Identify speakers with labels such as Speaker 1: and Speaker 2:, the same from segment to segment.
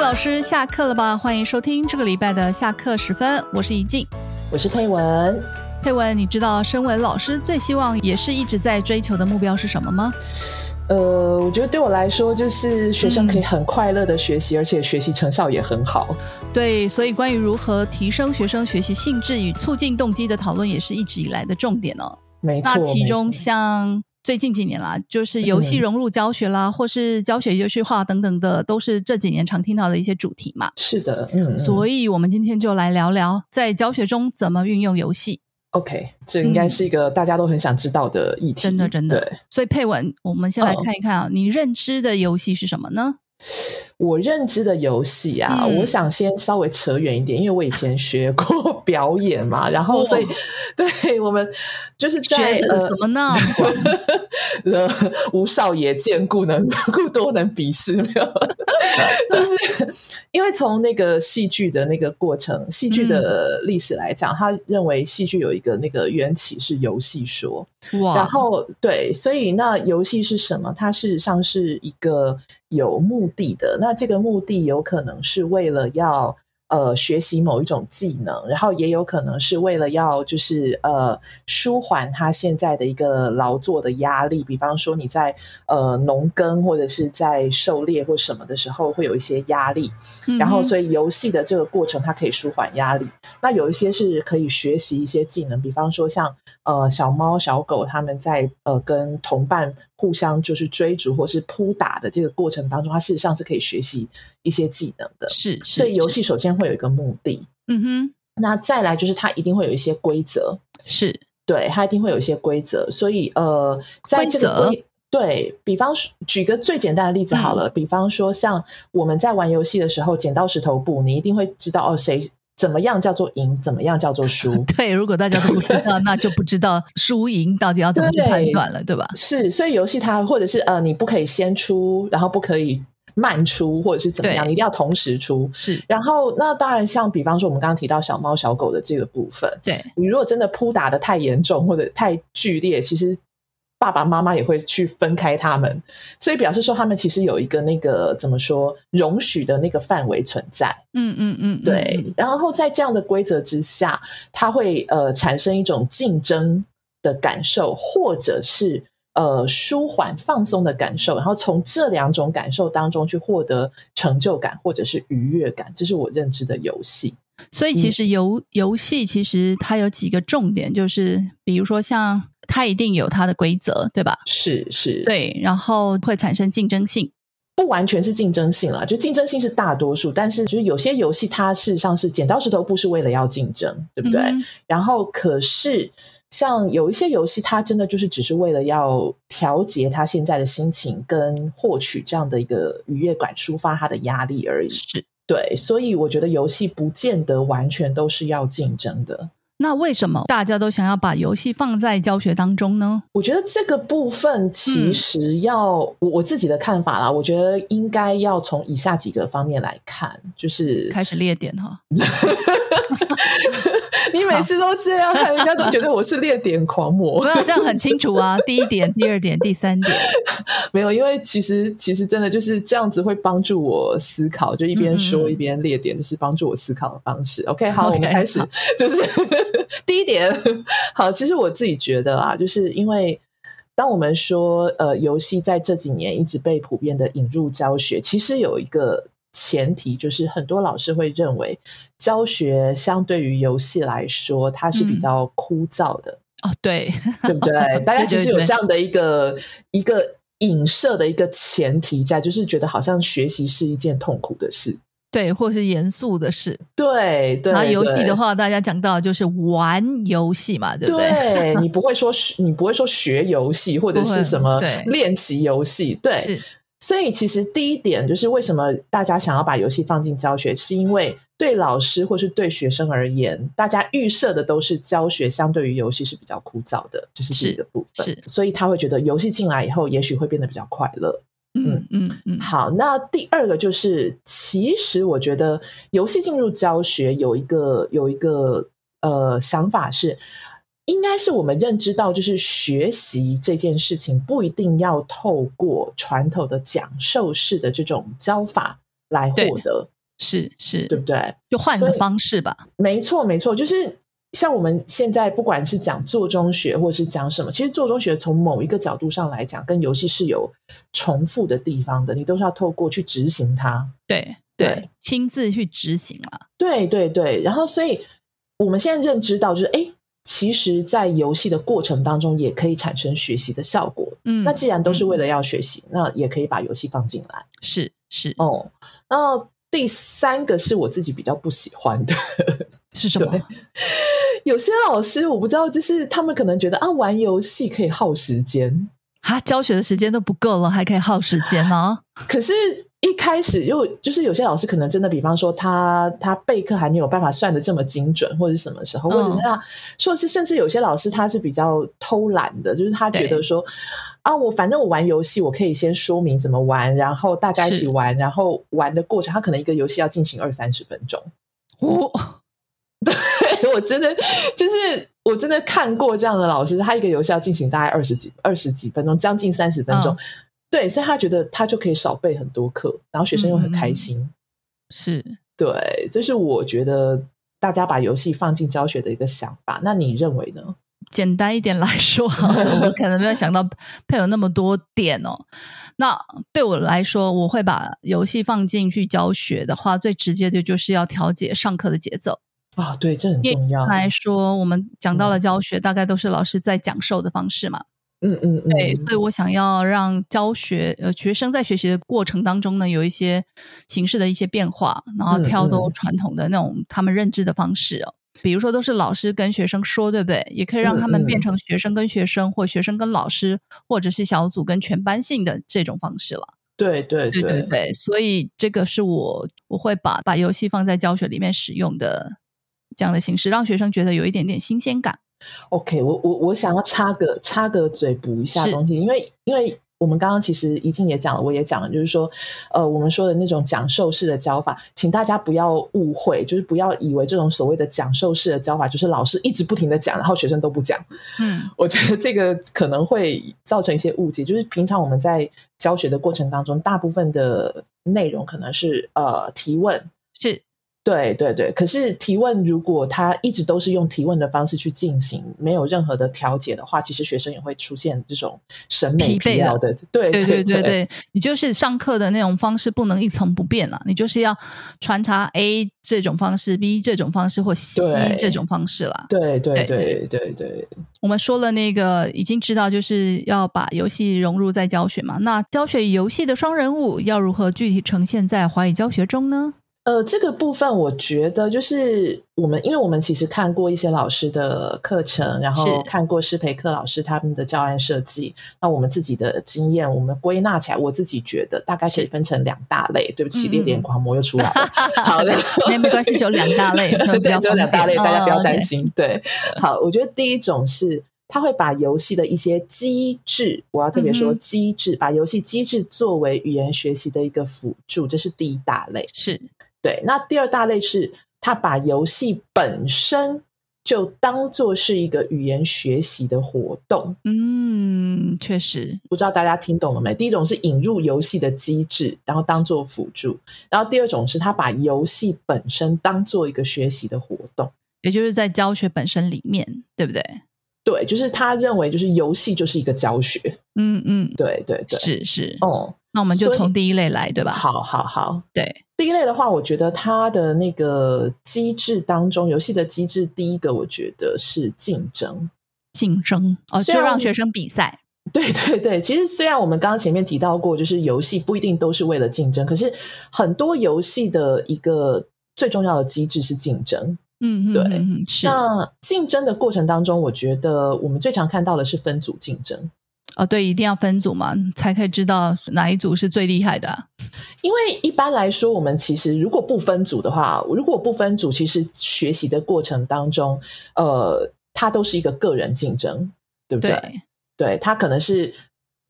Speaker 1: 老师下课了吧？欢迎收听这个礼拜的下课时分，我是怡静。
Speaker 2: 我是佩文，
Speaker 1: 佩文，你知道身为老师最希望也是一直在追求的目标是什么吗？
Speaker 2: 呃，我觉得对我来说，就是学生可以很快乐的学习，而且学习成效也很好。
Speaker 1: 对，所以关于如何提升学生学习兴致与促进动机的讨论，也是一直以来的重点哦。
Speaker 2: 没错，
Speaker 1: 那其中
Speaker 2: 没错
Speaker 1: 像最近几年啦，就是游戏
Speaker 2: 嗯
Speaker 1: 融入教学啦，或是教学游戏化等等的，都是这几年常听到的一些主题嘛。
Speaker 2: 是的，嗯，
Speaker 1: 所
Speaker 2: 以
Speaker 1: 以，我们今天就来聊聊在教学中怎么运用游戏。
Speaker 2: OK，这应该是一个大家都很想知道的议题。
Speaker 1: 真的真的
Speaker 2: 对
Speaker 1: 所以，佩文，我们先来
Speaker 2: 哦
Speaker 1: 看一看啊，你认知的游戏是什么呢？
Speaker 2: 我认知的游戏啊，
Speaker 1: 嗯
Speaker 2: 我想先稍微扯远一点，因为我以前学过 表演嘛，然后所以、对我们就是在
Speaker 1: 学的
Speaker 2: 呃
Speaker 1: 什么呢？
Speaker 2: 呃，吴少爷见故能故多能鄙视，没有？ 就是因为从那个戏剧的那个过程，戏剧的历史来讲，他认为戏剧有一个那个缘起是游戏说，然
Speaker 1: 哇，
Speaker 2: 后对，所以那游戏是什么？它事实上是一个有目的的，那这个目的有可能是为了要。呃，学习某一种技能，然后也有可能是为了要就是呃舒缓他现在的一个劳作的压力，比方说你在呃农耕或者是在狩猎或什么的时候会有一些压力，
Speaker 1: 嗯
Speaker 2: 然后所
Speaker 1: 以
Speaker 2: 以游戏的这个过程它可以舒缓压力。那有一些是可以学习一些技能，比方说像呃小猫小狗它们在呃跟同伴互相就是追逐或是扑打的这个过程当中，它事实上是可以学习一些技能的。
Speaker 1: 是是
Speaker 2: 所以游
Speaker 1: 是
Speaker 2: 戏首先会有一个目的，
Speaker 1: 嗯哼，
Speaker 2: 那再来就是它一定会有一些规则，
Speaker 1: 是
Speaker 2: 对，它一定会有一些规则，所以呃，在这
Speaker 1: 规则。
Speaker 2: 个规对比方说，举个最简单的例子好了，比方说像我们在玩游戏的时候，剪刀石头布，你一定会知道哦，谁怎么样叫做赢，怎么样叫做输
Speaker 1: 对。如果大家都不知道，那就不知道输赢到底要怎么去
Speaker 2: 对
Speaker 1: 判断了，对吧？
Speaker 2: 是，所以游戏它或者是呃，你不可以先出，然后不可以慢出，或者是怎么样，
Speaker 1: 对
Speaker 2: 你一定要同时出。
Speaker 1: 是
Speaker 2: 然后那当然，像比方说我们刚刚提到小猫小狗的这个部分，
Speaker 1: 对，
Speaker 2: 你如果真的扑打的太严重或者太剧烈，其实爸爸妈妈也会去分开他们，所以表示说他们其实有一个那个怎么说容许的那个范围存在。
Speaker 1: 嗯嗯嗯，
Speaker 2: 对，
Speaker 1: 嗯嗯
Speaker 2: 然后在这样的规则之下，它会呃产生一种竞争的感受，或者是呃舒缓放松的感受，然后从这两种感受当中去获得成就感或者是愉悦感，这是我认知的游戏。
Speaker 1: 所以
Speaker 2: 嗯
Speaker 1: 其实游游戏其实它有几个重点，就是比如说像它一定有它的规则，对吧？
Speaker 2: 是是，
Speaker 1: 对，然后会产生竞争性。
Speaker 2: 不完全是竞争性啦，就竞争性是大多数，但是就是有些游戏它事实上是剪刀石头布是为了要竞争，对不对？
Speaker 1: 嗯哼
Speaker 2: 然后可是像有一些游戏，它真的就是只是为了要调节他现在的心情，跟获取这样的一个愉悦感，抒发他的压力而已。
Speaker 1: 是。
Speaker 2: 对，所以我觉得游戏不见得完全都是要竞争的。
Speaker 1: 那为什么大家都想要把游戏放在教学当中呢？
Speaker 2: 我觉得这个部分
Speaker 1: 嗯
Speaker 2: 其实要、我我自己的看法啦，我觉得应该要从以下几个方面来看，就是
Speaker 1: 开始列点哈，
Speaker 2: 你每次都这样，害人家都觉得我是列点狂魔
Speaker 1: 没。有这样很清楚啊。第一点、第二点、第三点，
Speaker 2: 没有，因为其实其实真的就是这样子，会帮助我思考，就一
Speaker 1: 嗯
Speaker 2: 边
Speaker 1: 嗯
Speaker 2: 说
Speaker 1: 嗯
Speaker 2: 一边列点，就是帮助我思考的方式。OK，好
Speaker 1: OK，
Speaker 2: 我们开始
Speaker 1: 好，
Speaker 2: 就是 第一点。好，其实我自己觉得啊，就是因为当我们说呃，游戏在这几年一直被普遍的引入教学，其实有一个。前提就是很多老师会认为，教学相对于游戏来说，它是比
Speaker 1: 嗯
Speaker 2: 较枯燥的。
Speaker 1: 哦，对，
Speaker 2: 对不对？大家其实有
Speaker 1: 对对
Speaker 2: 这样的一个一个影射的一个前提在，就是觉得好像学习是一件痛苦的事。
Speaker 1: 对，或是严肃的事。
Speaker 2: 对对，
Speaker 1: 然后游戏
Speaker 2: 对
Speaker 1: 的，话，大家讲到就是玩游戏嘛，对不对？
Speaker 2: 对你不会说你不会说学游戏或者
Speaker 1: 不会
Speaker 2: 是什么
Speaker 1: 对
Speaker 2: 练习游戏，对，
Speaker 1: 是，
Speaker 2: 所以其实第一点就是为什么大家想要把游戏放进教学，是因为对老师或是对学生而言，大家预设的都是教学相对于游戏是比较枯燥的，这、是第一个部分。
Speaker 1: 是
Speaker 2: 所以他会觉得游戏进来以后，也许会变得比较快乐。
Speaker 1: 嗯嗯嗯，
Speaker 2: 好，那第二个就是，其实我觉得游戏进入教学有一个有一个呃想法是，应该是我们认知到，就是学习这件事情不一定要透过传统的讲授式的这种教法来获得。
Speaker 1: 是是，
Speaker 2: 对不对？
Speaker 1: 就换
Speaker 2: 所
Speaker 1: 个
Speaker 2: 以
Speaker 1: 方式吧。
Speaker 2: 没错，没错，就是像我们现在不管是讲做中学，或是讲什么，其实做中学从某一个角度上来讲，跟游戏是有重复的地方的，你都是要透过去执行它。
Speaker 1: 对
Speaker 2: 对，
Speaker 1: 亲自去执行了。
Speaker 2: 对对对，然后所以我们现在认知到，就是哎，诶其实，在游戏的过程当中，也可以产生学习的效果。
Speaker 1: 嗯，
Speaker 2: 那既然都是
Speaker 1: 嗯
Speaker 2: 为了要学习，那也可以把游戏放进来。
Speaker 1: 是是
Speaker 2: 哦，那第三个是我自己比较不喜欢的，
Speaker 1: 是什么
Speaker 2: 对？有些老师我不知道，就是他们可能觉得啊，玩游戏可以耗时间，
Speaker 1: 啊，教学的时间都不够了，还可以耗时间哦 呢、
Speaker 2: 可是。一开始又就是有些老师可能真的，比方说他他备课还没有办法算的这么精准，或者是什么时候，
Speaker 1: 嗯
Speaker 2: 或者是他说是甚至有些老师他是比较偷懒的，就是他觉得
Speaker 1: 对
Speaker 2: 说啊，我反正我玩游戏，我可以先说明怎么玩，然后大家一起
Speaker 1: 是
Speaker 2: 玩，然后玩的过程，他可能一个游戏要进行二三十分钟，
Speaker 1: 哦。
Speaker 2: 我真的就是我真的看过这样的老师，他一个游戏要进行大概二十几二十几分钟，将近三十分钟。
Speaker 1: 嗯
Speaker 2: 对，所以他觉得他就可以少备很多课，然后学生又很开心。
Speaker 1: 是
Speaker 2: 对，这是我觉得大家把游戏放进教学的一个想法。那你认为呢？
Speaker 1: 简单一点来说，我我可能没有想到配有那么多点哦。那对我来说，我会把游戏放进去教学的话，最直接的就是要调节上课的节奏。
Speaker 2: 啊、对，这很重要。
Speaker 1: 来说，我们讲到了教学，大概都是老师在讲授的方式嘛。
Speaker 2: 嗯嗯嗯，
Speaker 1: 对，所以我想要让教学呃学生在学习的过程当中呢，有一些形式的一些变化，然后
Speaker 2: 嗯
Speaker 1: 挑都
Speaker 2: 嗯
Speaker 1: 传统的那种他们认知的方式哦。比如说，都是老师跟学生说，对不对？也可以让他
Speaker 2: 嗯
Speaker 1: 们
Speaker 2: 嗯
Speaker 1: 变成学生跟学生，或学生跟老师，或者是小组跟全班性的这种方式了。
Speaker 2: 对对
Speaker 1: 对对对，所以这个是我我会把把游戏放在教学里面使用的这样的形式，让学生觉得有一点点新鲜感。
Speaker 2: OK，我我我想要插个插个嘴补一下
Speaker 1: 是
Speaker 2: 东西，因为因为我们刚刚其实怡静也讲了，我也讲了，就是说，呃，我们说的那种讲授式的教法，请大家不要误会，就是不要以为这种所谓的讲授式的教法，就是老师一直不停的讲，然后学生都不讲。
Speaker 1: 嗯，
Speaker 2: 我觉得这个可能会造成一些误解，就是平常我们在教学的过程当中，大部分的内容可能是呃提问，
Speaker 1: 是
Speaker 2: 对对对，可是提问如果他一直都是用提问的方式去进行，没有任何的调节的话，其实学生也会出现这种审
Speaker 1: 疲
Speaker 2: 美
Speaker 1: 惫
Speaker 2: 疲劳的。对
Speaker 1: 对
Speaker 2: 对
Speaker 1: 对对对，你就是上课的那种方式不能一成不变啊了，你就是要穿插 A 这种方式、B 这种方式或 C
Speaker 2: 对
Speaker 1: 这种方式啦。
Speaker 2: 对对
Speaker 1: 对
Speaker 2: 对对对，
Speaker 1: 我们说了那个已经知道，就是要把游戏融入在教学嘛。那教学与游戏的双人舞要如何具体呈现在华语教学中呢？
Speaker 2: 呃，这个部分我觉得就是我们，因为我们其实看过一些老师的课程，然后
Speaker 1: 是
Speaker 2: 看过师培课老师他们的教案设计，那我们自己的经验，我们归纳起来，我自己觉得大概可以
Speaker 1: 是
Speaker 2: 分成两大类。对不
Speaker 1: 嗯
Speaker 2: 起，
Speaker 1: 嗯，
Speaker 2: 烈点狂魔又出来了。 好的
Speaker 1: 没没关系，只有两大类，不
Speaker 2: 对，
Speaker 1: 要
Speaker 2: 只有两大类，
Speaker 1: 慌
Speaker 2: 大
Speaker 1: 张
Speaker 2: 家不要担。
Speaker 1: 哦
Speaker 2: 心。对，好，我觉得第一种是他会把游戏的一些机制，我要特别说
Speaker 1: 嗯哼
Speaker 2: 机制，把游戏机制作为语言学习的一个辅助，这是第一大类
Speaker 1: OK。是
Speaker 2: 对，那第二大类是他把游戏本身就当做是一个语言学习的活动。
Speaker 1: 嗯，确实
Speaker 2: 不知道大家听懂了没？第一种是引入游戏的机制，然后当做辅助；然后第二种是他把游戏本身当做一个学习的活动。
Speaker 1: 也就是在教学本身里面，对不对？
Speaker 2: 对，就是他认为就是游戏就是一个教学，
Speaker 1: 嗯嗯，
Speaker 2: 对对对，
Speaker 1: 是是。
Speaker 2: 哦、
Speaker 1: 那我们就
Speaker 2: 所以
Speaker 1: 从第一类来，对吧？
Speaker 2: 好好好。
Speaker 1: 对，
Speaker 2: 第一类的话，我觉得它的那个机制当中，游戏的机制，第一个我觉得是竞争。
Speaker 1: 竞争哦，
Speaker 2: 虽
Speaker 1: 就
Speaker 2: 然
Speaker 1: 让学生比赛，
Speaker 2: 对对对，其实虽然我们刚刚前面提到过，就是游戏不一定都是为了竞争，可是很多游戏的一个最重要的机制是竞争。
Speaker 1: 嗯，嗯
Speaker 2: 对
Speaker 1: 嗯嗯是
Speaker 2: 那竞争的过程当中，我觉得我们最常看到的是分组竞争。
Speaker 1: 哦，对，一定要分组嘛，才可以知道哪一组是最厉害的啊、
Speaker 2: 因为一般来说，我们其实如果不分组的话，如果不分组，其实学习的过程当中，呃，它都是一个个人竞争，对不对？
Speaker 1: 对，
Speaker 2: 对，它可能是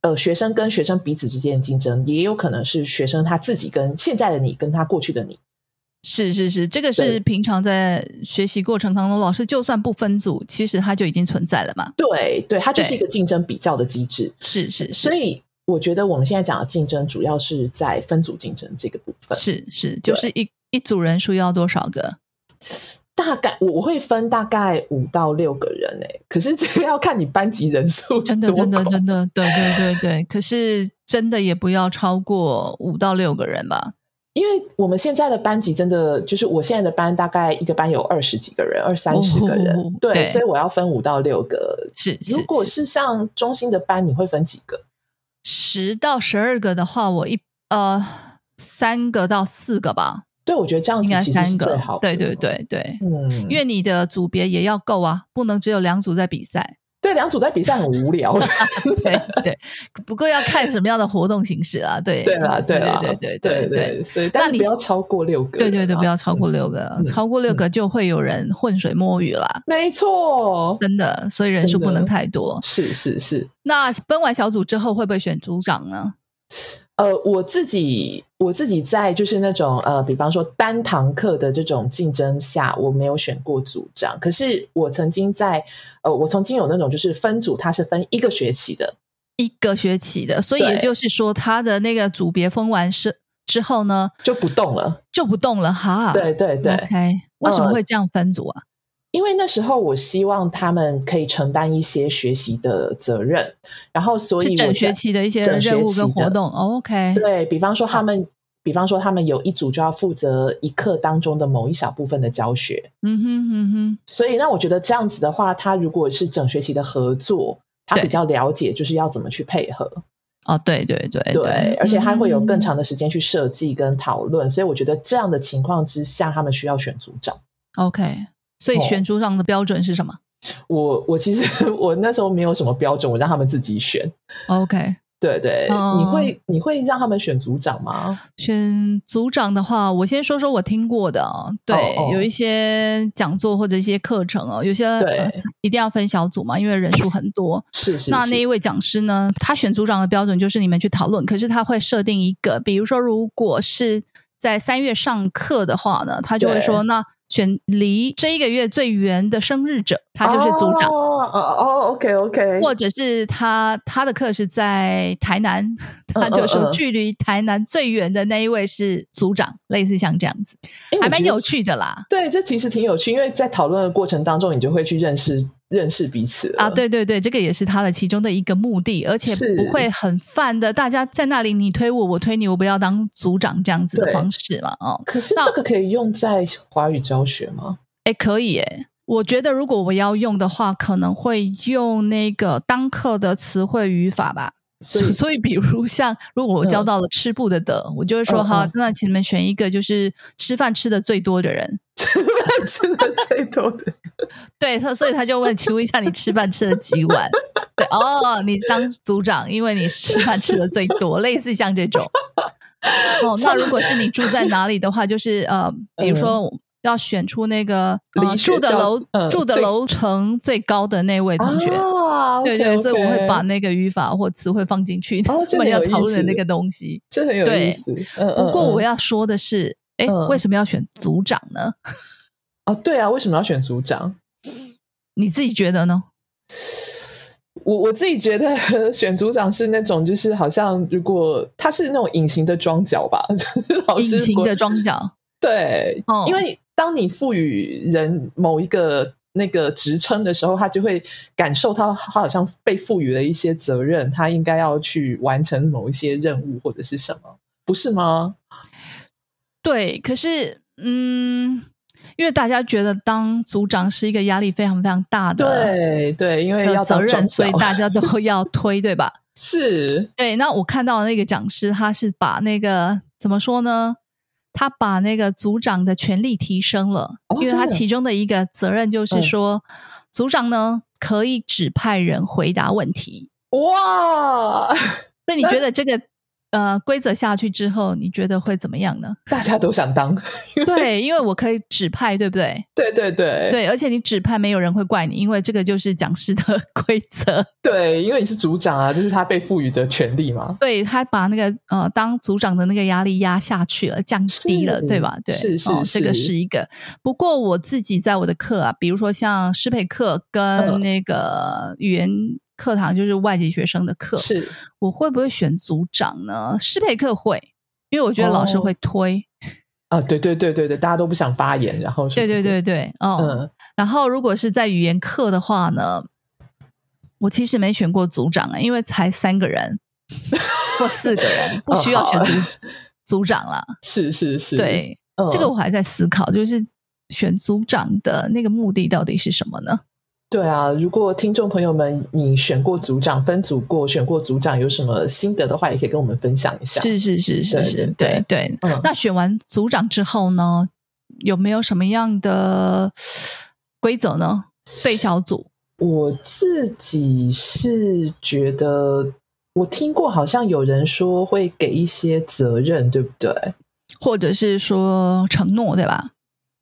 Speaker 2: 呃学生跟学生彼此之间的竞争，也有可能是学生他自己跟现在的你跟他过去的你。
Speaker 1: 是是是，这个
Speaker 2: 对
Speaker 1: 是平常在学习过程当中，老师就算不分组，其实它就已经存在了嘛。
Speaker 2: 对对，它就是
Speaker 1: 对
Speaker 2: 一个竞争比较的机制。
Speaker 1: 是是
Speaker 2: 所
Speaker 1: 是
Speaker 2: 以我觉得我们现在讲的竞争，主要是在分组竞争这个部分。
Speaker 1: 是是，就是一一组人数要多少个？
Speaker 2: 大概我我会分大概五到六个人诶、可是这个要看你班级人数是
Speaker 1: 真的，
Speaker 2: 多
Speaker 1: 真的，
Speaker 2: 广
Speaker 1: 真的，对对对对。可是真的也不要超过五到六个人吧。
Speaker 2: 因为我们现在的班级真的就是我现在的班，大概一个班有二十几个人，二三十个人，
Speaker 1: 哦
Speaker 2: 对，
Speaker 1: 对
Speaker 2: 所以我要分五到六个。
Speaker 1: 是，是
Speaker 2: 如果
Speaker 1: 是
Speaker 2: 是像中心的班，你会分几个？
Speaker 1: 十到十二个的话，我一呃三个到四个吧，
Speaker 2: 对，我觉得这样
Speaker 1: 应
Speaker 2: 子
Speaker 1: 该
Speaker 2: 其实
Speaker 1: 三
Speaker 2: 是最
Speaker 1: 个
Speaker 2: 好。
Speaker 1: 对
Speaker 2: 的。
Speaker 1: 对，对对，
Speaker 2: 嗯，
Speaker 1: 因为你的组别也要够啊，不能只有两组在比赛。
Speaker 2: 对两组在比赛很无聊。
Speaker 1: 对对，不过要看什么样的活动形式啊。对
Speaker 2: 对啦，
Speaker 1: 对
Speaker 2: 啦，
Speaker 1: 对
Speaker 2: 对
Speaker 1: 对
Speaker 2: 对，所以但
Speaker 1: 那
Speaker 2: 是
Speaker 1: 你
Speaker 2: 不要超过六个人
Speaker 1: 对对
Speaker 2: 啊。
Speaker 1: 对，不要超过
Speaker 2: 嗯。
Speaker 1: 六个
Speaker 2: 嗯，
Speaker 1: 超过六个就会有人浑水摸鱼啦，
Speaker 2: 没错，
Speaker 1: 真的，所以人数
Speaker 2: 真的
Speaker 1: 不能太多。
Speaker 2: 是是是。
Speaker 1: 那分完小组之后会不会选组长呢？
Speaker 2: 呃，我自己我自己在就是那种呃，比方说单堂课的这种竞争下，我没有选过组长。可是我曾经在呃，我曾经有那种就是分组，它是分一个学期的，
Speaker 1: 一个学期的，所以
Speaker 2: 对
Speaker 1: 也就是说，他的那个组别分完是之后呢，
Speaker 2: 就不动了。
Speaker 1: 就不动了哈。
Speaker 2: 对对对，
Speaker 1: 啊
Speaker 2: 呃
Speaker 1: ，OK，为什么会这样分组啊？
Speaker 2: 因为那时候我希望他们可以承担一些学习的责任，然后所以
Speaker 1: 是
Speaker 2: 我
Speaker 1: 整
Speaker 2: 在
Speaker 1: 学期的一些
Speaker 2: 整学
Speaker 1: 任务
Speaker 2: 期的
Speaker 1: 跟活动。哦 OK，
Speaker 2: 对比方说他们，比方说他们有一组就要负责一课当中的某一小部分的教学，
Speaker 1: 嗯哼嗯哼，
Speaker 2: 所以，那我觉得这样子的话，他如果是整学期的合作，他
Speaker 1: 对
Speaker 2: 比较了解就是要怎么去配合，
Speaker 1: 哦，对对对
Speaker 2: 对，而且他会有更。
Speaker 1: 嗯
Speaker 2: 长的时间去设计跟讨论。所以，我觉得这样的情况之下，他们需要选组长。
Speaker 1: 嗯 OK，所以
Speaker 2: 哦
Speaker 1: 选组长的标准是什么
Speaker 2: 我我其实 我那时候没有什么标准，我让他们自己选。
Speaker 1: ？OK，
Speaker 2: 对对，
Speaker 1: 哦
Speaker 2: 你会你会让他们选组长吗？
Speaker 1: 选组长的话，我先说说我听过的哦。对，
Speaker 2: 哦哦
Speaker 1: 有一些讲座或者一些课程哦，有些、
Speaker 2: 对
Speaker 1: 呃一定要分小组嘛，因为人数很多。
Speaker 2: 是是
Speaker 1: 那
Speaker 2: 是
Speaker 1: 那一位讲师呢，他选组长的标准就是你们去讨论，可是他会设定一个，比如说如果是在三月上课的话呢，他就会
Speaker 2: 对
Speaker 1: 说那。选离这一个月最远的生日者，他就是组长，
Speaker 2: 哦哦哦，OK OK，
Speaker 1: 或者是他他的课是在台南，他就
Speaker 2: 嗯
Speaker 1: 说
Speaker 2: 嗯
Speaker 1: 距离台南最远的那一位是组长，类似像这样子，还蛮有。
Speaker 2: 诶我觉得
Speaker 1: 趣的啦。
Speaker 2: 对，这其实挺有趣，因为在讨论的过程当中，你就会去认识认识彼此了
Speaker 1: 啊，对对对，这个也是他的其中的一个目的，而且
Speaker 2: 嗯是
Speaker 1: 不会很泛的，大家在那里你推我，我推你，我不要当组长这样子的
Speaker 2: 对
Speaker 1: 方式嘛。哦，
Speaker 2: 可是这个可以用在华语教学吗？
Speaker 1: 哎，可以哎，我觉得如果我要用的话，可能会用那个当课的词汇语法吧。
Speaker 2: 所以
Speaker 1: 所以，比如像如果我教
Speaker 2: 嗯
Speaker 1: 到了吃布的的，我就会说
Speaker 2: 嗯
Speaker 1: 好
Speaker 2: 嗯，
Speaker 1: 那请你们选一个就是吃饭吃的最多的人。
Speaker 2: 吃的最多的，
Speaker 1: 对他，所以他就问，请问一下你吃饭吃了几 碗？对哦，你当组长，因为你吃饭吃的最 多，类似像这种。哦，那如果是你住在哪里的话，就是呃，比如说要选出那个、呃
Speaker 2: 嗯离学
Speaker 1: 住的
Speaker 2: 校
Speaker 1: 楼、
Speaker 2: 嗯
Speaker 1: 住的
Speaker 2: 最
Speaker 1: 楼层最高的那 位同学。
Speaker 2: 啊，
Speaker 1: 对
Speaker 2: OK，
Speaker 1: 对，所以我会
Speaker 2: OK
Speaker 1: 把那个语法或词汇放进去，
Speaker 2: 哦这
Speaker 1: 我们
Speaker 2: 很
Speaker 1: 要
Speaker 2: 有意
Speaker 1: 讨论的
Speaker 2: 思
Speaker 1: 那个东西。
Speaker 2: 这很有意思。嗯嗯，
Speaker 1: 不过我
Speaker 2: 嗯
Speaker 1: 要说的是，哎、
Speaker 2: 嗯
Speaker 1: 为什么要选组长呢？
Speaker 2: 哦，对啊，为什么要选组长？
Speaker 1: 你自己觉得呢？
Speaker 2: 我我自己觉得 选组长是那种，就是好像如果他是那种隐形的装脚吧， 就是老
Speaker 1: 隐
Speaker 2: 师
Speaker 1: 形
Speaker 2: 不
Speaker 1: 的装脚，
Speaker 2: 对，
Speaker 1: 哦
Speaker 2: 因为你当你赋予人某一个那个职称的时候，他就会感受到他好像被赋予了一些责任，他应该要去完成某一些任务或者是什么，不是吗？
Speaker 1: 对，可是嗯，因为大家觉得当组长是一个压力非常非常大的
Speaker 2: 对对，因为
Speaker 1: 的
Speaker 2: 要
Speaker 1: 责
Speaker 2: 当
Speaker 1: 任，
Speaker 2: 庄
Speaker 1: 所以
Speaker 2: 脚
Speaker 1: 大家都要推，对 吧？
Speaker 2: 是
Speaker 1: 对，那我看到那个讲师，他是把那个怎么说呢？他把那个组长的权利提升了，
Speaker 2: 哦
Speaker 1: 因为
Speaker 2: 真
Speaker 1: 他
Speaker 2: 的
Speaker 1: 其中的一个责任就是
Speaker 2: 嗯
Speaker 1: 说，组长呢可以指派人回答问题。
Speaker 2: 哇，
Speaker 1: 所以你觉得这个呃规则下去之后，你觉得会怎么样呢？
Speaker 2: 大家都想当，
Speaker 1: 对，因为我可以指派，对不对？
Speaker 2: 对对对
Speaker 1: 对，而且你指派没有人会怪你，因为这个就是讲师的 规则。
Speaker 2: 对，因为你是组长啊，这、是他被赋予的权利嘛。
Speaker 1: 对他把那个呃当组长的那个压力压下去了，降低了，
Speaker 2: 是
Speaker 1: 对吧？对，
Speaker 2: 是是
Speaker 1: 哦，这个
Speaker 2: 是
Speaker 1: 是一个。不过我自己在我的课啊，比如说像师培课跟
Speaker 2: 嗯
Speaker 1: 那个语言课堂，就是外籍学生的课，
Speaker 2: 是
Speaker 1: 我会不会选组长呢？师培课会，因为我觉得老师
Speaker 2: 哦
Speaker 1: 会推。
Speaker 2: 啊，对对对对对，大家都不想发言，然后什
Speaker 1: 对对
Speaker 2: 么的，
Speaker 1: 对对，哦，
Speaker 2: 嗯
Speaker 1: 然后如果是在语言课的话呢，我其实没选过组长啊、因为才三个人或四个人，不需要选组、 组长啦。
Speaker 2: 是是是，，嗯
Speaker 1: 对，这个我还在思考，就是选组长的那个目的到底是什么呢？
Speaker 2: 对啊，如果听众朋友们你选过组长、分组过、选过组长有什么心得的话，也可以跟我们分享一下。
Speaker 1: 是是是是
Speaker 2: 对
Speaker 1: 是，
Speaker 2: 对
Speaker 1: 对对。
Speaker 2: 嗯
Speaker 1: 那选完组长之后呢，有没有什么样的规则呢？对小组，
Speaker 2: 我自己是觉得，我听过好像有人说会给一些责任，对不对？
Speaker 1: 或者是说承诺，对吧？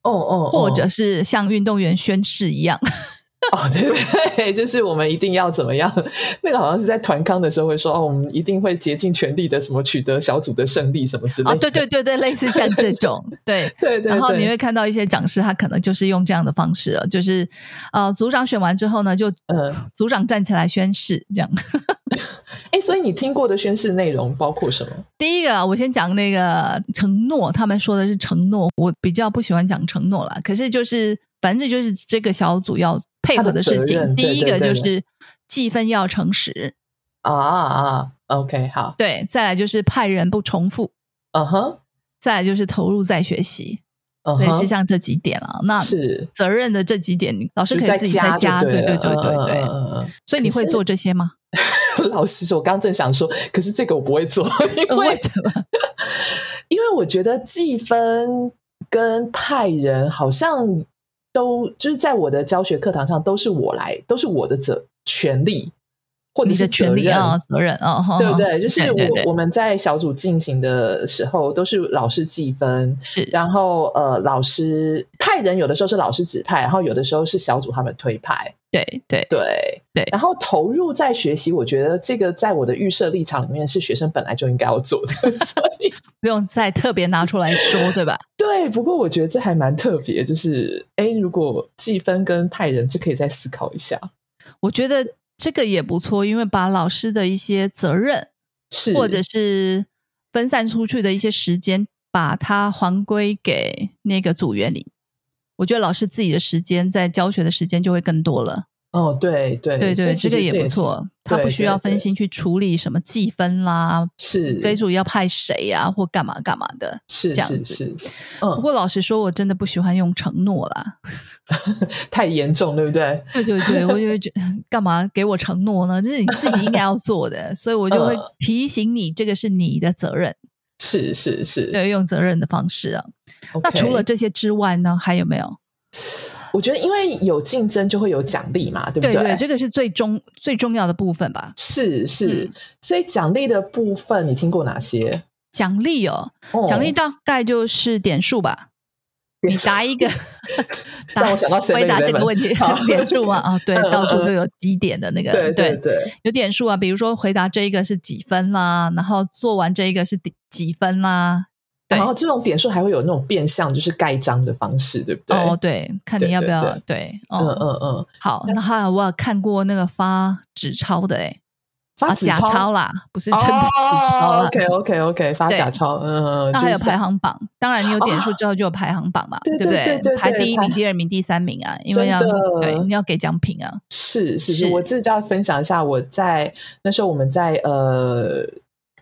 Speaker 2: 哦哦，
Speaker 1: 或者
Speaker 2: 哦
Speaker 1: 是像运动员宣誓一样，
Speaker 2: 哦，对对对，就是我们一定要怎么样？那个好像是在团康的时候会说，哦，我们一定会竭尽全力的，什么取得小组的胜利什么之类
Speaker 1: 啊，
Speaker 2: 的。
Speaker 1: 对对对对，类似像这 种，对。
Speaker 2: 对对对，
Speaker 1: 然后你会看到一些讲师，他可能就是用这样的方式了，就是呃，组长选完之后呢，就
Speaker 2: 嗯，
Speaker 1: 组长站起来宣誓这样。
Speaker 2: 哎，所以你听过的宣誓内容包括什么？
Speaker 1: 第一个，我先讲那个承诺，他们说的是承诺，我比较不喜欢讲承诺啦。可是就是，反正就是这个小组要配合的事
Speaker 2: 他的责
Speaker 1: 情，
Speaker 2: 任
Speaker 1: 第一个
Speaker 2: 对对
Speaker 1: 就
Speaker 2: 对
Speaker 1: 是气氛要诚实，
Speaker 2: 啊啊，OK，好，
Speaker 1: 对，再来就是派人不重复，
Speaker 2: 嗯哼，
Speaker 1: 再来就是投入再学习，
Speaker 2: 嗯
Speaker 1: 类似
Speaker 2: 哼，
Speaker 1: 像这几点啊。那
Speaker 2: 是
Speaker 1: 责任的这几点，老师
Speaker 2: 就
Speaker 1: 可以
Speaker 2: 在
Speaker 1: 自己再加，
Speaker 2: 就
Speaker 1: 对
Speaker 2: 对
Speaker 1: 对
Speaker 2: 了
Speaker 1: 对对对。
Speaker 2: 嗯嗯嗯嗯 嗯
Speaker 1: 所以你会做这些吗？
Speaker 2: 老实说，我刚正想说，可是这个我不会做，因
Speaker 1: 呃
Speaker 2: 为
Speaker 1: 为什么？
Speaker 2: 因为我觉得计分跟派人好像都就是在我的教学课堂上都是我来，都是我的责权利或者
Speaker 1: 你的
Speaker 2: 是责
Speaker 1: 权利
Speaker 2: 任。
Speaker 1: 啊，责任啊，哈
Speaker 2: 对不对？就是我
Speaker 1: 对对
Speaker 2: 我们在小组进行的时候，都是老师计分，
Speaker 1: 是
Speaker 2: 然后呃，老师派人有的时候是老师指派，然后有的时候是小组他们推派，
Speaker 1: 对对
Speaker 2: 对
Speaker 1: 对
Speaker 2: 然后投入在学习，我觉得这个在我的预设立场里面是学生本来就应该要做的， 所以
Speaker 1: 不用再特别拿出来说，对吧？
Speaker 2: 对。不过我觉得这还蛮特别，就是哎，诶如果计分跟派人，这可以再思考一下，
Speaker 1: 我觉得这个也不错，因为把老师的一些责任
Speaker 2: 是
Speaker 1: 或者是分散出去的一些时间，把它还归给那个组员里。我觉得老师自己的时间在教学的时间就会更多了。
Speaker 2: 哦，对对
Speaker 1: 对对，
Speaker 2: 所以其
Speaker 1: 这
Speaker 2: 实
Speaker 1: 个
Speaker 2: 这
Speaker 1: 也不
Speaker 2: 是，
Speaker 1: 错，他不
Speaker 2: 对
Speaker 1: 需
Speaker 2: 对
Speaker 1: 要
Speaker 2: 对
Speaker 1: 分心去处理什么计分啦，
Speaker 2: 是
Speaker 1: 这一组要派谁呀、或干嘛干嘛的。
Speaker 2: 是
Speaker 1: 这样
Speaker 2: 是
Speaker 1: 子
Speaker 2: 是，
Speaker 1: 不
Speaker 2: 嗯，
Speaker 1: 过老实说，我真的不喜欢用承诺啦。
Speaker 2: 太严重，对不对？
Speaker 1: 对对对，我就会觉得 干嘛给我承诺呢？这是你自己应该要做的，所以我就会
Speaker 2: 嗯
Speaker 1: 提醒你，这个是你的责任，
Speaker 2: 是是是，
Speaker 1: 对，用责任的方式啊。那
Speaker 2: OK。
Speaker 1: 除了这些之外呢，还有没有？
Speaker 2: 我觉得，因为有竞争就会有奖励嘛，对不
Speaker 1: 对
Speaker 2: 对？
Speaker 1: 对，这个是最重最重要的部分吧。
Speaker 2: 是是，
Speaker 1: 嗯
Speaker 2: 所以奖励的部分你听过哪些？
Speaker 1: 奖励哦，
Speaker 2: 哦
Speaker 1: 奖励大概就是点数吧。你答一个，答
Speaker 2: 让我想到 7-Eleven
Speaker 1: 回答这个问题
Speaker 2: 好，
Speaker 1: 点数嘛？啊，对
Speaker 2: 嗯嗯，
Speaker 1: 到处都有积点的那个，
Speaker 2: 对对对，
Speaker 1: 有点数啊，比如说回答这一个是几分啦，然后做完这一个是几几分啦。对
Speaker 2: 然后这种点数还会有那种变相，就是盖章的方式，对不对？
Speaker 1: 哦，对，看你要不要
Speaker 2: 对
Speaker 1: 哦，
Speaker 2: 嗯嗯嗯，
Speaker 1: 好，那还有我有看过那个发纸钞的诶，
Speaker 2: 发
Speaker 1: 啊
Speaker 2: 纸
Speaker 1: 假
Speaker 2: 钞
Speaker 1: 钞啦，不是真的纸钞
Speaker 2: 哦
Speaker 1: 啦。
Speaker 2: ，OK OK OK，发
Speaker 1: 对
Speaker 2: 假钞，嗯，嗯
Speaker 1: 那还有
Speaker 2: 就是啊
Speaker 1: 排行榜，当然你有点数之后就有排行榜嘛，
Speaker 2: 对
Speaker 1: 不
Speaker 2: 对对对对
Speaker 1: 排第一
Speaker 2: 排
Speaker 1: 名、第二名、第三名啊，因为要
Speaker 2: 真的
Speaker 1: 对你要给奖品啊，
Speaker 2: 是是是，
Speaker 1: 是
Speaker 2: 我自己要分享一下，我在那时候我们在呃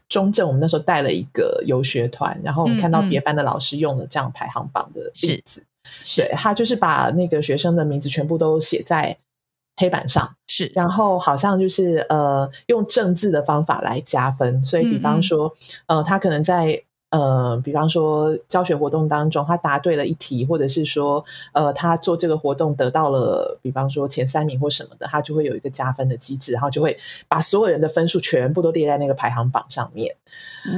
Speaker 2: 中正，我们那时候带了一个游学团，然后我们
Speaker 1: 嗯
Speaker 2: 看到
Speaker 1: 嗯
Speaker 2: 别班的老师用了这样排行榜的例
Speaker 1: 是
Speaker 2: 子，对
Speaker 1: 是
Speaker 2: 他就是把那个学生的名字全部都写在黑板上，
Speaker 1: 是
Speaker 2: 然后好像就是呃用正字的方法来加分，所以比
Speaker 1: 嗯
Speaker 2: 方
Speaker 1: 嗯
Speaker 2: 说呃他可能在呃比方说教学活动当中他答对了一题，或者是说呃他做这个活动得到了比方说前三名或什么的，他就会有一个加分的机制，然后就会把所有人的分数全部都列在那个排行榜上面。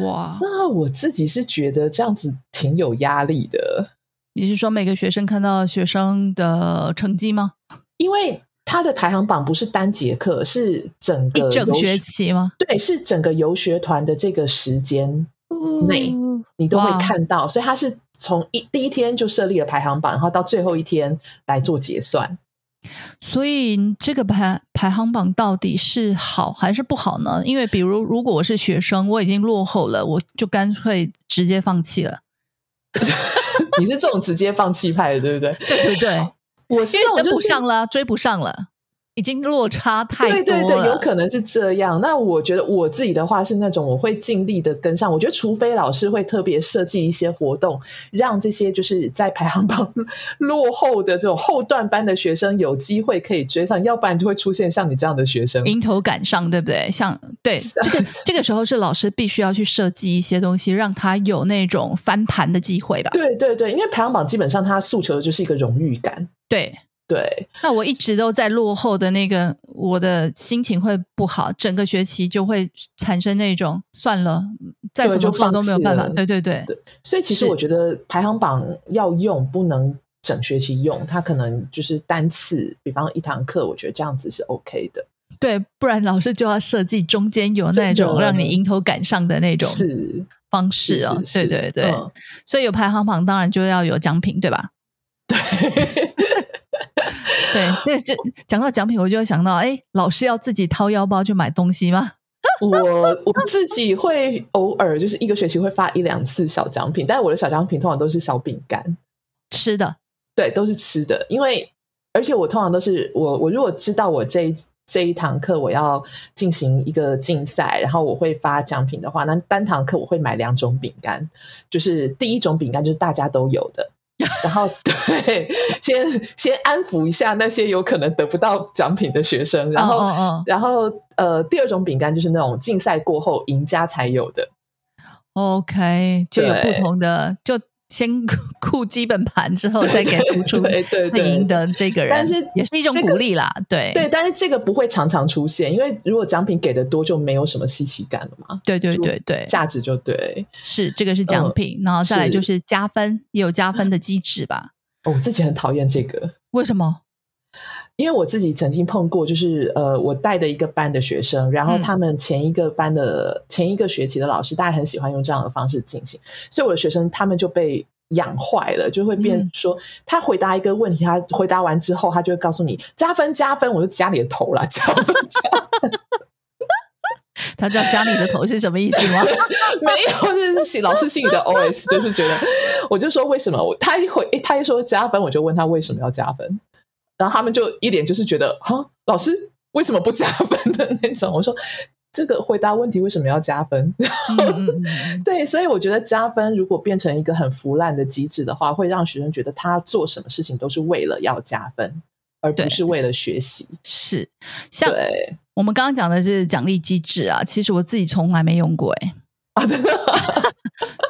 Speaker 1: 哇，
Speaker 2: 那我自己是觉得这样子挺有压力的，
Speaker 1: 你是说每个学生看到学生的成绩吗？
Speaker 2: 因为它的排行榜不是单节课，是整个
Speaker 1: 一整
Speaker 2: 游
Speaker 1: 学期吗？
Speaker 2: 对，是整个游学团的这个时间内
Speaker 1: 嗯
Speaker 2: 你都会
Speaker 1: 哇
Speaker 2: 看到，所以它是从一第一天就设立了排行榜，然后到最后一天来做结算。
Speaker 1: 所以这个排排行榜到底是好还是不好呢？因为比如如果我是学生，我已经落后了，我就干脆直接放弃了。
Speaker 2: 你是这种直接放弃派的，对不对？
Speaker 1: 对对对，
Speaker 2: 我是
Speaker 1: 因
Speaker 2: 那
Speaker 1: 为
Speaker 2: 种
Speaker 1: 跟
Speaker 2: 就
Speaker 1: 不
Speaker 2: 是
Speaker 1: 上了，追不上了，已经落差太多
Speaker 2: 对
Speaker 1: 了。
Speaker 2: 对对，有可能是这样。那我觉得我自己的话是那种我会尽力的跟上。我觉得除非老师会特别设计一些活动，让这些就是在排行榜 落后的这种后段班的学生有机会可以追上，要不然就会出现像你这样的学生。
Speaker 1: 迎头赶上，对不对？像对
Speaker 2: 是啊
Speaker 1: 这个这个时候是老师必须要去设计一些东西，让他有那种翻盘的机会吧？
Speaker 2: 对对对，因为排行榜基本上它诉求的就是一个荣誉感。
Speaker 1: 对，
Speaker 2: 对，
Speaker 1: 那我一直都在落后的那个，我的心情会不好，整个学期就会产生那种算了，再
Speaker 2: 对
Speaker 1: 怎么
Speaker 2: 就
Speaker 1: 做
Speaker 2: 放
Speaker 1: 都没有
Speaker 2: 弃
Speaker 1: 办法。
Speaker 2: 了
Speaker 1: 对对对，
Speaker 2: 所以其实
Speaker 1: 是
Speaker 2: 我觉得排行榜要用，不能整学期用，它可能就是单次，比方一堂课，我觉得这样子是 OK 的。
Speaker 1: 对，不然老师就要设计中间有那
Speaker 2: 真
Speaker 1: 种
Speaker 2: 的
Speaker 1: 让你迎头赶上的那种
Speaker 2: 是
Speaker 1: 方式哦。
Speaker 2: 是是
Speaker 1: 对对对，
Speaker 2: 嗯
Speaker 1: 所以有排行榜，当然就要有奖品，对 吧？对，对，这讲到奖品，我就会想到，哎，老师要自己掏腰包去买东西吗？
Speaker 2: 我我自己会偶尔就是一个学期会发一两次小奖品，但我的小奖品通常都是小饼干，
Speaker 1: 吃的，
Speaker 2: 对，都是吃的，因为而且我通常都是我我如果知道我这一这一堂课我要进行一个竞赛，然后我会发奖品的话，那单堂课我会买两种饼干，就是第一种饼干就是大家都有 的。然后对，先先安抚一下那些有可能得不到奖品的学生，然后
Speaker 1: 哦哦
Speaker 2: 然后呃，第二种饼干就是那种竞赛过后赢家才有的，
Speaker 1: 哦，OK，就有不
Speaker 2: 对
Speaker 1: 同的，就先顾基本盘之后再给突出
Speaker 2: 对对
Speaker 1: 会
Speaker 2: 对，
Speaker 1: 赢得这个人，
Speaker 2: 但是
Speaker 1: 也是一种
Speaker 2: 这个
Speaker 1: 鼓励啦。对
Speaker 2: 对，但是这个不会常常出现，因为如果奖品给的多，就没有什么稀奇感了嘛，
Speaker 1: 对对
Speaker 2: 就
Speaker 1: 对对，
Speaker 2: 价值就对。
Speaker 1: 是这个是奖
Speaker 2: 嗯
Speaker 1: 品，然后再来
Speaker 2: 是
Speaker 1: 就是加分，也有加分的机制吧？
Speaker 2: 哦我自己很讨厌这个，
Speaker 1: 为什么？
Speaker 2: 因为我自己曾经碰过，就是呃，我带的一个班的学生，然后
Speaker 1: 嗯
Speaker 2: 他们前一个班的、前一个学期的老师，大家很喜欢用这样的方式进行，所以我的学生他们就被养坏了，就会变
Speaker 1: 嗯
Speaker 2: 说，他回答一个问题，他回答完之后，他就会告诉你加分加分，我就加你的头啦，加分加分
Speaker 1: 他知道加你的头是什么意思 吗？
Speaker 2: 没有，这是老师心里的 OS，就是觉得，我就说为什么我他一回他一说加分，我就问他为什么要加分，然后他们就一脸就是觉得哈，老师为什么不加分的那种。我说这个回答问题为什么要加分？
Speaker 1: 嗯嗯嗯嗯，
Speaker 2: 对，所以我觉得加分如果变成一个很腐烂的机制的话，会让学生觉得他做什么事情都是为了要加分，而
Speaker 1: 对
Speaker 2: 不是为了学习。
Speaker 1: 是像
Speaker 2: 对
Speaker 1: 我们刚刚讲的是奖励机制啊，其实我自己从来没用过哎、
Speaker 2: 啊，真的啊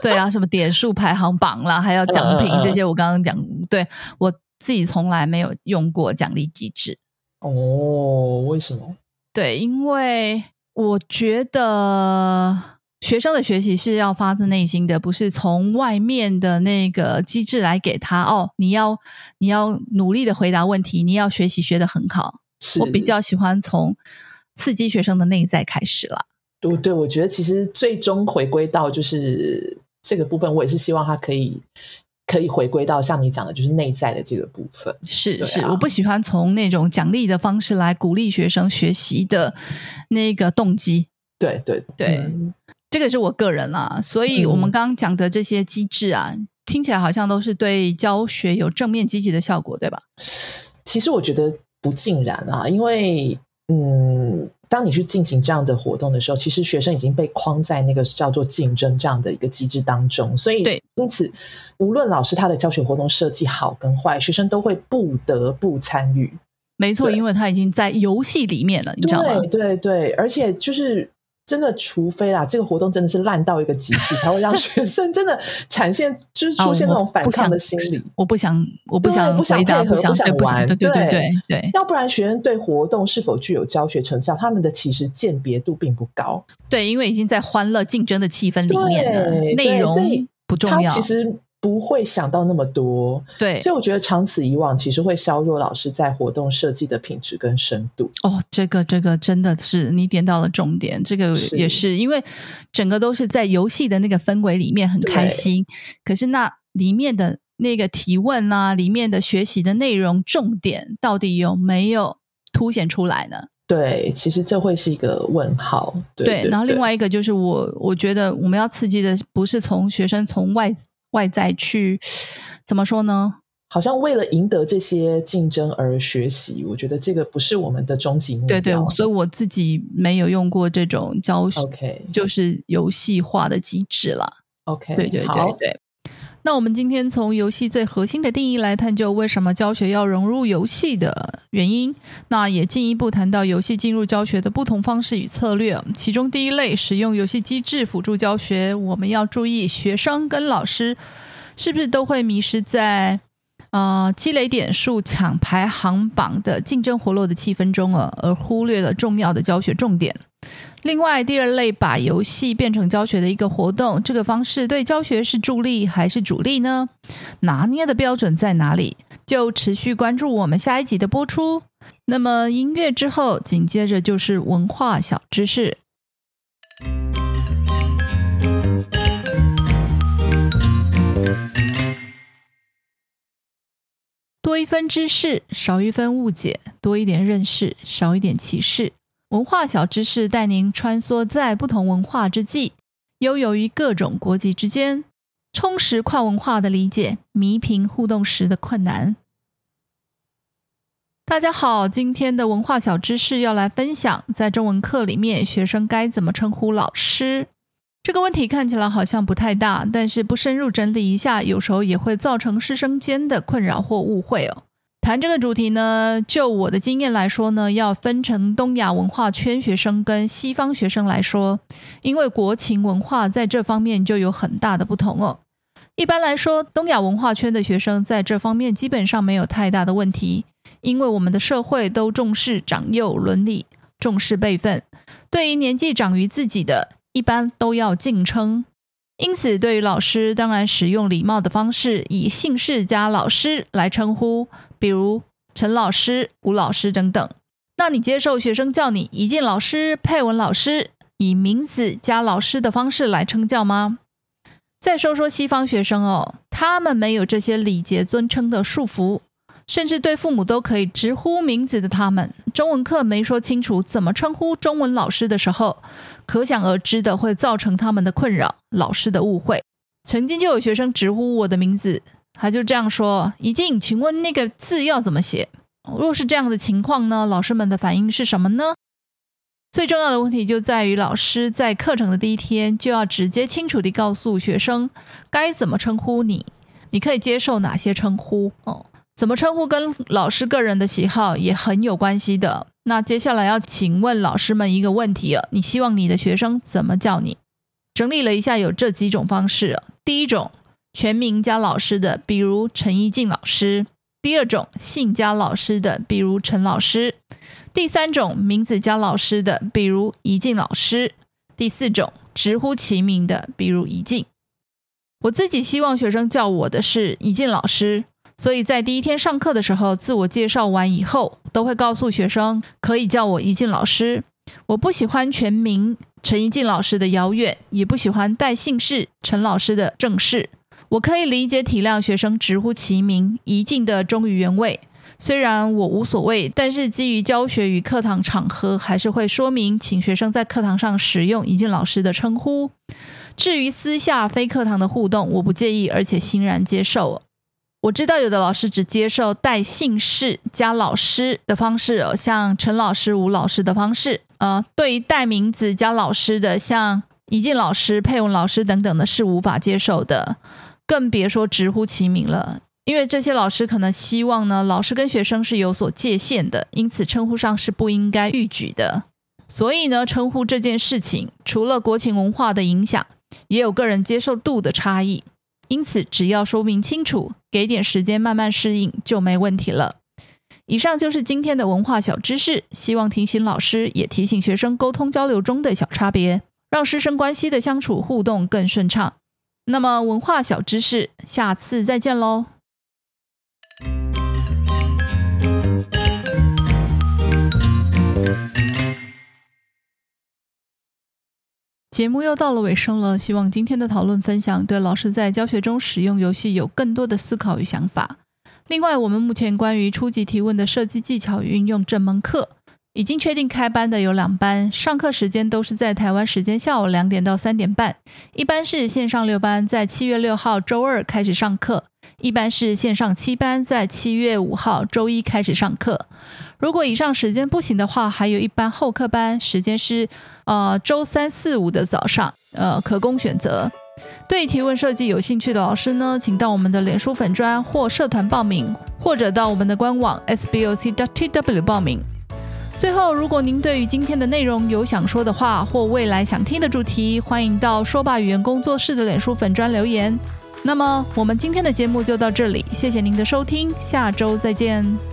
Speaker 1: 对啊，什么点数排行榜啦，还有奖品
Speaker 2: 嗯嗯嗯
Speaker 1: 这些，我刚刚讲，对我自己从来没有用过奖励机制。
Speaker 2: 哦，为什么？
Speaker 1: 对，因为我觉得学生的学习是要发自内心的，不是从外面的那个机制来给他哦。你要你要努力的回答问题，你要学习学得很好。
Speaker 2: 是
Speaker 1: 我比较喜欢从刺激学生的内在开始啦。
Speaker 2: 对对，我觉得其实最终回归到就是这个部分，我也是希望它可以可以回归到像你讲的，就是内在的这个部分。
Speaker 1: 是
Speaker 2: 对
Speaker 1: 是，
Speaker 2: 啊
Speaker 1: 我不喜欢从那种奖励的方式来鼓励学生学习的那个动机。
Speaker 2: 对对
Speaker 1: 对
Speaker 2: 嗯
Speaker 1: 这个是我个人啦、所以我们
Speaker 2: 嗯
Speaker 1: 刚刚讲的这些机制啊，听起来好像都是对教学有正面积极的效果，对吧？
Speaker 2: 其实我觉得不尽然啊，因为嗯，当你去进行这样的活动的时候，其实学生已经被框在那个叫做竞争这样的一个机制当中，所以
Speaker 1: 对，
Speaker 2: 因此无论老师他的教学活动设计好跟坏，学生都会不得不参与。
Speaker 1: 没错，
Speaker 2: 对
Speaker 1: 因为它已经在游戏里面了，你知道吗？
Speaker 2: 对对对，而且就是真的，除非啦，这个活动真的是烂到一个极致，才会让学生真的产现，就是
Speaker 1: 啊
Speaker 2: 出现那
Speaker 1: 我
Speaker 2: 种反
Speaker 1: 不
Speaker 2: 抗
Speaker 1: 想
Speaker 2: 的心理。
Speaker 1: 哦我不想，我不
Speaker 2: 对
Speaker 1: 想
Speaker 2: 不想
Speaker 1: 回答，
Speaker 2: 配合
Speaker 1: 不想，
Speaker 2: 不想
Speaker 1: 对，不想，
Speaker 2: 玩
Speaker 1: 对，对，对，
Speaker 2: 对
Speaker 1: 对，对，
Speaker 2: 要不然，学生对活动是否具有教学成效，他们的其实鉴别度并不高。
Speaker 1: 对，因为已经在欢乐竞争的气氛里面了
Speaker 2: 对，
Speaker 1: 啊内
Speaker 2: 对所
Speaker 1: 容
Speaker 2: 以
Speaker 1: 不重
Speaker 2: 他
Speaker 1: 要，
Speaker 2: 其实不会想到那么多，
Speaker 1: 对，
Speaker 2: 所以我觉得长此以往，其实会削弱老师在活动设计的品质跟深度。
Speaker 1: 哦，这个这个真的是你点到了重点，这个
Speaker 2: 是
Speaker 1: 也是因为整个都是在游戏的那个氛围里面很开
Speaker 2: 对
Speaker 1: 心，可是那里面的那个提问啊，里面的学习的内容重点到底有没有凸显出来呢？
Speaker 2: 对，其实这会是一个问号。对，对
Speaker 1: 然后
Speaker 2: 对
Speaker 1: 另外一个就是我，我觉得我们要刺激的不是从学生从外外在去怎么说呢？
Speaker 2: 好像为了赢得这些竞争而学习，我觉得这个不是我们的终极目
Speaker 1: 对
Speaker 2: 标。
Speaker 1: 对，所以我自己没有用过这种教学
Speaker 2: OK
Speaker 1: 就是游戏化的机制啦。
Speaker 2: OK，
Speaker 1: 对对
Speaker 2: 好
Speaker 1: 对对。那我们今天从游戏最核心的定义来探究为什么教学要融入游戏的原因，那也进一步谈到游戏进入教学的不同方式与策略。其中第一类，使用游戏机制辅助教学，我们要注意学生跟老师是不是都会迷失在呃积累点数、抢排行榜的竞争活络的气氛中啊，而忽略了重要的教学重点。另外，第二类把游戏变成教学的一个活动，这个方式对教学是助力还是主力呢？拿捏的标准在哪里？就持续关注我们下一集的播出。那么音乐之后，紧接着就是文化小知识。多一分知识，少一分误解；多一点认识，少一点歧视。文化小知识带您穿梭在不同文化之际，悠游于各种国籍之间，充实跨文化的理解，弥平互动时的困难。大家好，今天的文化小知识要来分享，在中文课里面，学生该怎么称呼老师？这个问题看起来好像不太大，但是不深入整理一下，有时候也会造成师生间的困扰或误会哦。谈这个主题呢，就我的经验来说呢，要分成东亚文化圈学生跟西方学生来说，因为国情文化在这方面就有很大的不同哦。一般来说，东亚文化圈的学生在这方面基本上没有太大的问题，因为我们的社会都重视长幼伦理，重视辈分，对于年纪长于自己的，一般都要敬称。因此，对于老师，当然使用礼貌的方式，以姓氏加老师来称呼，比如陈老师、吴老师等等。那你接受学生叫你一进老师、佩文老师，以名字加老师的方式来称叫吗？再说说西方学生哦，他们没有这些礼节尊称的束缚，甚至对父母都可以直呼名字的他们，中文课没说清楚怎么称呼中文老师的时候，可想而知的会造成他们的困扰、老师的误会。曾经就有学生直呼我的名字，他就这样说：“怡静，请问那个字要怎么写？”若是这样的情况呢，老师们的反应是什么呢？最重要的问题就在于，老师在课程的第一天就要直接清楚地告诉学生该怎么称呼你，你可以接受哪些称呼哦。怎么称呼跟老师个人的喜好也很有关系的。那接下来要请问老师们一个问题啊，你希望你的学生怎么叫你？整理了一下，有这几种方式啊。第一种，全名加老师的，比如陈一静老师；第二种，姓加老师的，比如陈老师；第三种，名字加老师的，比如怡静老师；第四种，直呼其名的，比如怡静。我自己希望学生叫我的是怡静老师，所以在第一天上课的时候，自我介绍完以后，都会告诉学生可以叫我怡静老师。我不喜欢全名陈怡静老师的遥远，也不喜欢带姓氏陈老师的正式。我可以理解体谅学生直呼其名怡静的忠于原味，虽然我无所谓，但是基于教学与课堂场合，还是会说明，请学生在课堂上使用怡静老师的称呼。至于私下非课堂的互动，我不介意，而且欣然接受。我知道有的老师只接受带姓氏加老师的方式哦，像陈老师、吴老师的方式。呃，对于带名字加老师的，像怡静老师、佩文老师等等的，是无法接受的，更别说直呼其名了。因为这些老师可能希望呢，老师跟学生是有所界限的，因此称呼上是不应该逾矩的。所以呢，称呼这件事情，除了国情文化的影响，也有个人接受度的差异。因此，只要说明清楚，给点时间慢慢适应就没问题了。以上就是今天的文化小知识，希望提醒老师，也提醒学生沟通交流中的小差别，让师生关系的相处互动更顺畅。那么，文化小知识，下次再见喽。节目又到了尾声了，希望今天的讨论分享对老师在教学中使用游戏有更多的思考与想法。另外，我们目前关于初级提问的设计技巧与运用这门课，已经确定开班的有两班，上课时间都是在台湾时间下午两点到三点半。一班是线上六班，在七月六号周二开始上课；一班是线上七班，在七月五号周一开始上课。如果以上时间不行的话，还有一班后课班，时间是呃周三、四、五的早上，呃可供选择。对提问设计有兴趣的老师呢，请到我们的脸书粉专或社团报名，或者到我们的官网 sboc.tw 报名。最后，如果您对于今天的内容有想说的话，或未来想听的主题，欢迎到说吧语言工作室的脸书粉专留言。那么，我们今天的节目就到这里，谢谢您的收听，下周再见。